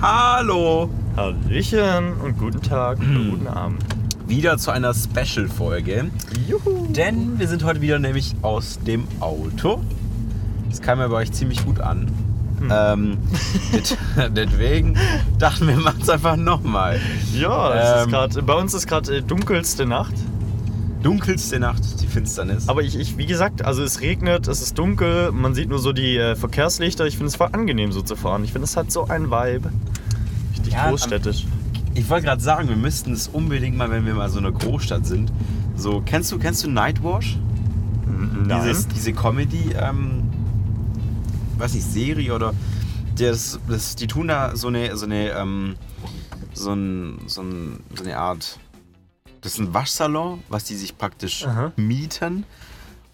Hallo! Hallöchen und guten Tag Mhm. und guten Abend. Wieder zu einer Special-Folge. Juhu! Denn wir sind heute wieder nämlich aus dem Auto. Das kam ja bei euch ziemlich gut an. Ähm, det- deswegen dachten wir, machen es einfach nochmal. Ja, es Ähm. ist gerade. bei uns ist gerade äh, dunkelste Nacht. Dunkelste Nacht, die Finsternis. Aber ich, ich, wie gesagt, also es regnet, es ist dunkel, man sieht nur so die äh, Verkehrslichter. Ich finde es voll angenehm so zu fahren. Ich finde, es hat so ein Vibe. Richtig Ja, großstädtisch. Ich wollte gerade sagen, wir müssten es unbedingt mal, wenn wir mal so in einer Großstadt sind. So, kennst du, kennst du Nightwash? Nein. Dieses, diese Comedy, ähm, weiß nicht, Serie oder. Das, das, die tun da so eine, so eine, ähm, so, ein, so, ein, so eine Art. Das ist ein Waschsalon, was die sich praktisch Aha. mieten.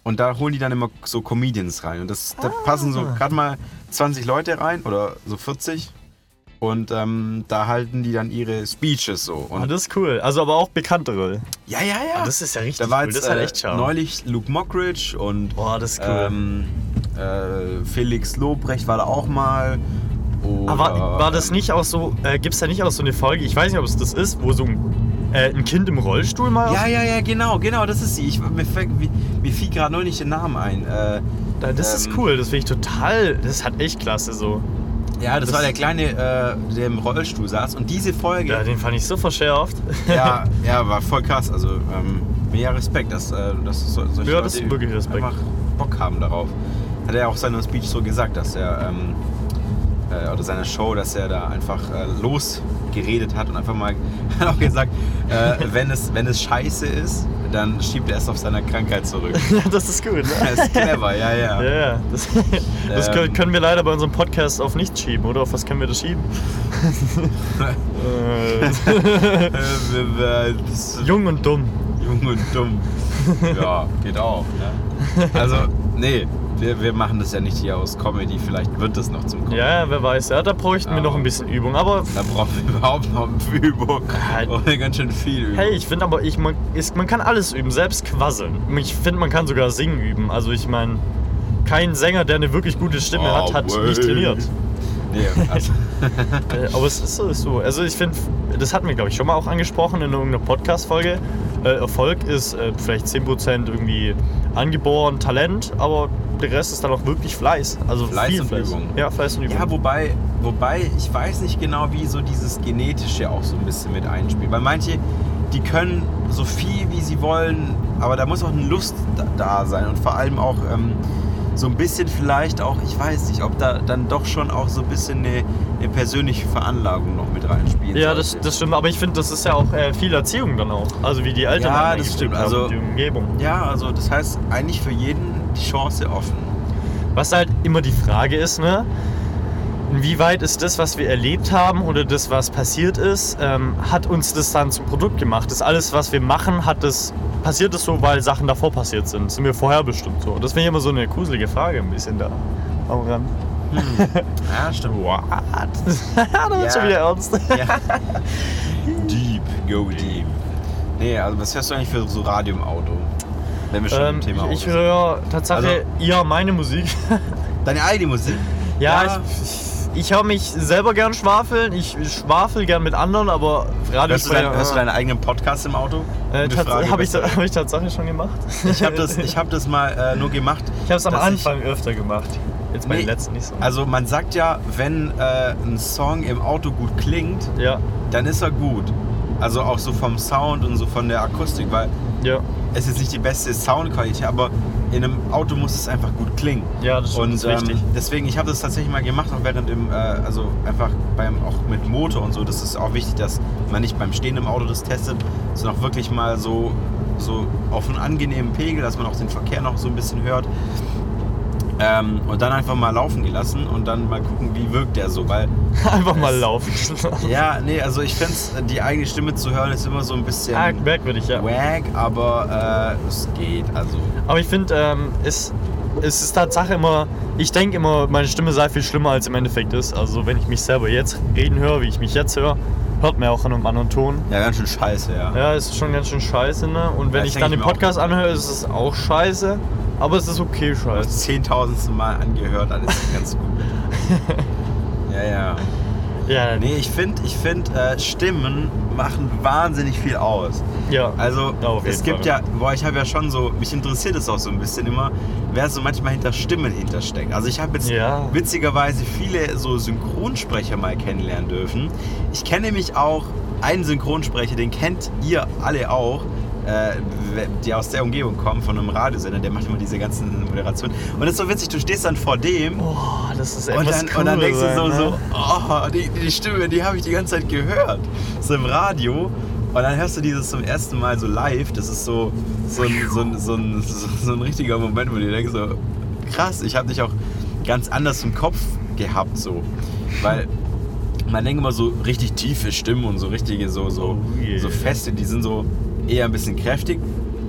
Und da holen die dann immer so Comedians rein. Und das, Ah. da passen so gerade mal 20 Leute rein oder so 40. Und ähm, da halten die dann ihre Speeches so. Ah, Und das ist cool. Also aber auch bekanntere. ja, ja, ja. Ah, das ist ja richtig da war cool. jetzt, Das hat äh, echt Charme. neulich Luke Mockridge und Boah, das ist cool. ähm, äh, Felix Lobrecht war da auch mal. Oder, Aber Ah, war das ähm, nicht auch so, äh, gibt es da nicht auch so eine Folge, ich weiß nicht, ob es das ist, wo so ein, äh, ein Kind im Rollstuhl mal... Ja, ja, ja, genau, genau, das ist sie. Ich, mir, fällt- mir, mir fiel gerade neulich nicht der Name ein. Äh, Da- Das ähm, ist cool, das finde ich total, das hat echt klasse so. Ja, das, Das- war der Kleine, äh, der im Rollstuhl saß. Und diese Folge, Ja, den fand ich so verschärft. ja, ja, war voll krass. Also, ähm, mega Respekt, dass, äh, dass so, solche Ja, das Leute ist wirklich Respekt. einfach Bock haben darauf. Hat er auch seiner Speech so gesagt, dass er, ähm, äh, oder seiner Show, dass er da einfach äh, losgeredet hat und einfach mal hat auch gesagt, äh, wenn, es, wenn es scheiße ist, dann schiebt er es auf seiner Krankheit zurück. das ist gut, ne? Das ist clever, ja, ja. Ja, ja, das, das Ähm. können- können wir leider bei unserem Podcast auf nichts schieben, oder? Auf was können wir das schieben? Äh, Äh, äh, das- Jung und dumm. Jung und dumm. Ja, geht auch. Ne? Also, nee, wir, wir machen das ja nicht hier aus Comedy. Vielleicht wird das noch zum Comedy. Ja, wer weiß, ja, da bräuchten wir Aber- noch ein bisschen Übung, aber Da brauchen wir überhaupt noch eine Übung. Da Halt. brauchen wir ganz schön viel Übung. Hey, ich finde aber, ich, man, ist, man kann alles üben, selbst quasseln. Ich finde, man kann sogar singen üben. Also ich meine, kein Sänger, der eine wirklich gute Stimme Ah, hat, hat wait. nicht trainiert. Nee, also, Äh, aber es ist so, ist so. Also ich finde, das hatten wir, glaube ich, schon mal auch angesprochen in irgendeiner Podcast-Folge. Äh, Erfolg ist äh, vielleicht 10% irgendwie angeboren Talent, aber der Rest ist dann auch wirklich Fleiß. Also Fleiß viel und Fleiß. Übung. Ja, Fleiß und Übung. ja, wobei, wobei, ich weiß nicht genau, wie so dieses Genetische auch so ein bisschen mit einspielt. Weil manche, die können so viel, wie sie wollen, aber da muss auch eine Lust da, da sein. Und vor allem auch ähm, so ein bisschen vielleicht auch, ich weiß nicht, ob da dann doch schon auch so ein bisschen eine, eine persönliche Veranlagung noch mit reinspielt. ja, das, das stimmt, aber ich finde, das ist ja auch äh, viel Erziehung dann auch. Also wie die Eltern Ja, einen das eingestellt stimmt. haben, Also- die Umgebung. Ja, also das heißt eigentlich für jeden die Chance offen. Was halt immer die Frage ist, ne? Inwieweit ist das, was wir erlebt haben oder das, was passiert ist, ähm, hat uns das dann zum Produkt gemacht? Ist alles, was wir machen, hat das, passiert es so, weil Sachen davor passiert sind? Sind wir vorher bestimmt so? Das finde ich immer so eine gruselige Frage ein bisschen da. Am Rand. Hm. Ja, stimmt. What? da wird Ja. schon wieder ernst. Ja. deep, go deep. Nee, also was hörst du eigentlich für so Radio im Auto? Wenn wir schon Ähm, im Thema Also- ich, ich Auto höre Tatsache ja meine Musik. sind. Deine eigene Musik? Ja, Ja. ich, ich höre mich selber gern schwafeln. Ich schwafel gern mit anderen, aber Radio Hörst du, dein, hörst du deinen eigenen Podcast im Auto? Äh, Gute tats- Frage, Habe ich, besser. hab ich tatsächlich schon gemacht. ich habe das, ich hab das mal äh, nur gemacht. Ich habe es am dass ich- Anfang öfter gemacht. Jetzt bei Nee. den letzten nicht so. Also man sagt ja, wenn äh, ein Song im Auto gut klingt, Ja, dann ist er gut. Also auch so vom Sound und so von der Akustik, weil ja, es ist nicht die beste Soundqualität, aber in einem Auto muss es einfach gut klingen. ja, das stimmt, Und ist ähm, wichtig. deswegen, ich habe das tatsächlich mal gemacht, auch während dem, äh, also einfach beim, auch mit Motor und so, das ist auch wichtig, dass man nicht beim Stehen im Auto das testet, sondern auch wirklich mal so, so auf einen angenehmen Pegel, dass man auch den Verkehr noch so ein bisschen hört. Ähm, und dann einfach mal laufen gelassen und dann mal gucken, wie wirkt der so, weil, Einfach mal laufen. ja, nee, also ich finde die eigene Stimme zu hören ist immer so ein bisschen Ah, merkwürdig, ja. wag, aber äh, es geht, also. Aber ich finde, ähm, es, es ist Tatsache immer, ich denke immer, meine Stimme sei viel schlimmer, als im Endeffekt ist. Also wenn ich mich selber jetzt reden höre, wie ich mich jetzt höre, hört man ja auch in einem anderen Ton. Ja, ganz schön scheiße, ja. Ja, es ist schon ganz schön scheiße, ne? Und wenn Ja, ich das dann denk den ich mir auch. Podcast anhöre, ist es auch scheiße. Aber es ist okay scheiße. das zehntausendste Mal angehört, dann ist es ganz gut. ja, ja. Ja, Nee, ich finde, ich find, äh, Stimmen machen wahnsinnig viel aus. ja. Also Ja, auf jeden es gibt Fall. ja, boah, ich habe ja schon so, mich interessiert es auch so ein bisschen immer, wer so manchmal hinter Stimmen hintersteckt. Also ich habe jetzt Ja. witzigerweise viele so Synchronsprecher mal kennenlernen dürfen. Ich kenne mich auch einen Synchronsprecher, den kennt ihr alle auch, äh, wer- die aus der Umgebung kommen, von einem Radiosender, der macht immer diese ganzen Moderationen. Und das ist so witzig, du stehst dann vor dem Oh, das ist und etwas dann, und dann denkst du so, Cooles, so ne? oh, die, die Stimme, die habe ich die ganze Zeit gehört. So im Radio. Und dann hörst du dieses zum ersten Mal so live. Das ist so, so, ein, so, ein, so, ein, so, so ein richtiger Moment, wo du dir denkst, so, krass, ich habe dich auch ganz anders im Kopf gehabt. so. Weil man denkt immer so richtig tiefe Stimmen und so richtige, so, so, Oh yeah. so feste, die sind so eher ein bisschen kräftig.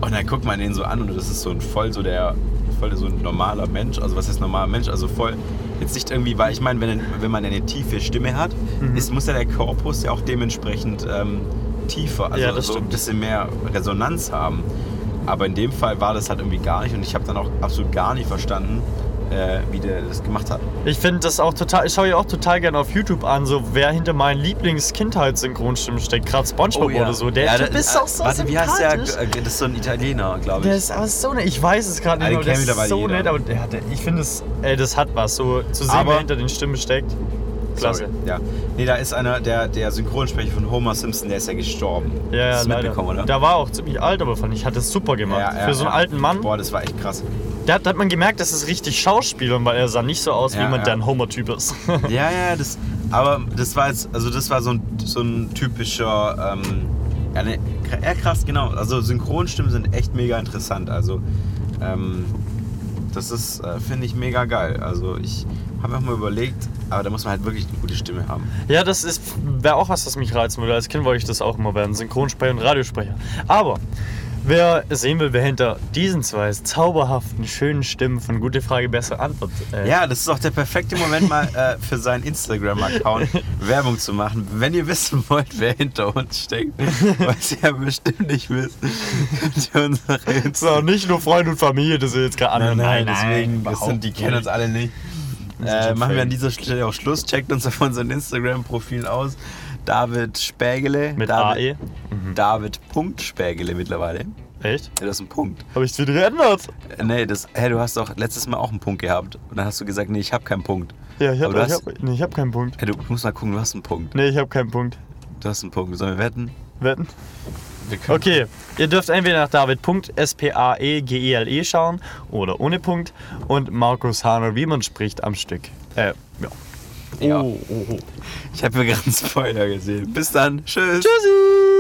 Und dann guckt man den so an und das ist so ein voll so der, voll so ein normaler Mensch. Also was heißt normaler Mensch? Also voll, jetzt nicht irgendwie, weil ich meine, wenn, wenn man eine tiefe Stimme hat, Mhm. ist, muss ja der Korpus ja auch dementsprechend ähm, tiefer, also Ja, das so ein stimmt. bisschen mehr Resonanz haben. Aber in dem Fall war das halt irgendwie gar nicht und ich habe dann auch absolut gar nicht verstanden, äh, wie der das gemacht hat. Ich finde das auch total, ich schaue ja auch total gerne auf YouTube an, so wer hinter meinen Lieblings-Kindheits-Synchronstimmen steckt, gerade Spongebob oder so. Der Oh Ja, Typ das- äh, ist auch so Warte, wie heißt der? sympathisch. Äh, Das ist so ein Italiener, glaube ich. Der ist aber so nett. Ich weiß es gerade Ah, den nicht, aber der kennt ist so mittlerweile nett. jeder. Aber der hat, ich finde es, ey, das hat was. So zu sehen, Aber- wer hinter den Stimmen steckt. Klasse. Sorry. Ja. Nee, da ist einer, der, der Synchronsprecher von Homer Simpson, der ist ja gestorben. Ja, ja, Hast du leider. mitbekommen, oder? Der war auch ziemlich alt, aber fand ich, hat das super gemacht. Ja, ja, Für so einen ja. alten Mann, Boah, das war echt krass. da hat, da hat man gemerkt, das ist richtig Schauspieler, weil er sah nicht so aus wie Ja, jemand, ja. der ein Homer-Typ ist. ja, ja, das. Aber das war jetzt, also das war so ein, so ein typischer. Ähm, ja, ne, kr- ja, krass, genau. Also Synchronstimmen sind echt mega interessant. Also ähm, das ist, äh, finde ich, mega geil. Also ich habe auch mal überlegt, aber da muss man halt wirklich eine gute Stimme haben. Ja, das ist wäre auch was, was mich reizen würde. Als Kind wollte ich das auch immer werden. Synchronsprecher und Radiosprecher. Aber wer sehen will, wer hinter diesen zwei zauberhaften, schönen Stimmen von Gute Frage, bessere Antwort. Äh, Ja, das ist auch der perfekte Moment mal äh, für seinen Instagram-Account Werbung zu machen. Wenn ihr wissen wollt, wer hinter uns steckt, was ihr ja bestimmt nicht wisst, könnt ihr unsere Ist auch Insta nicht nur Freunde und Familie, das ihr jetzt gerade anhört. deswegen, das überhaupt sind, die kennen uns nicht. alle nicht. Das ist Äh, schon machen wir fake. an dieser Stelle auch Schluss. Checkt uns auf unseren Instagram-Profilen aus. David Spägele. Mit David, AE? Mhm. David Punkt Spägele mittlerweile. Ja, Echt? das ist ein Punkt. Habe ich wieder geändert? Äh, Nee, das, hey, du hast doch letztes Mal auch einen Punkt gehabt. Und dann hast du gesagt, nee, ich habe keinen Punkt. Ja, ich Aber du habe hast- hab, nee, ich hab keinen Punkt. Hey, du musst mal gucken, du hast einen Punkt. Nee, ich habe keinen Punkt. Du hast einen Punkt. Sollen wir wetten? Wetten? Wir können. Okay, ihr dürft entweder nach E david.spaegele schauen oder ohne Punkt und Markus Hahner, wie man spricht, am Stück. Äh, ja. Ja. oh, oh. Ich habe mir gerade einen Spoiler gesehen. Bis dann. Tschüss. Tschüssi!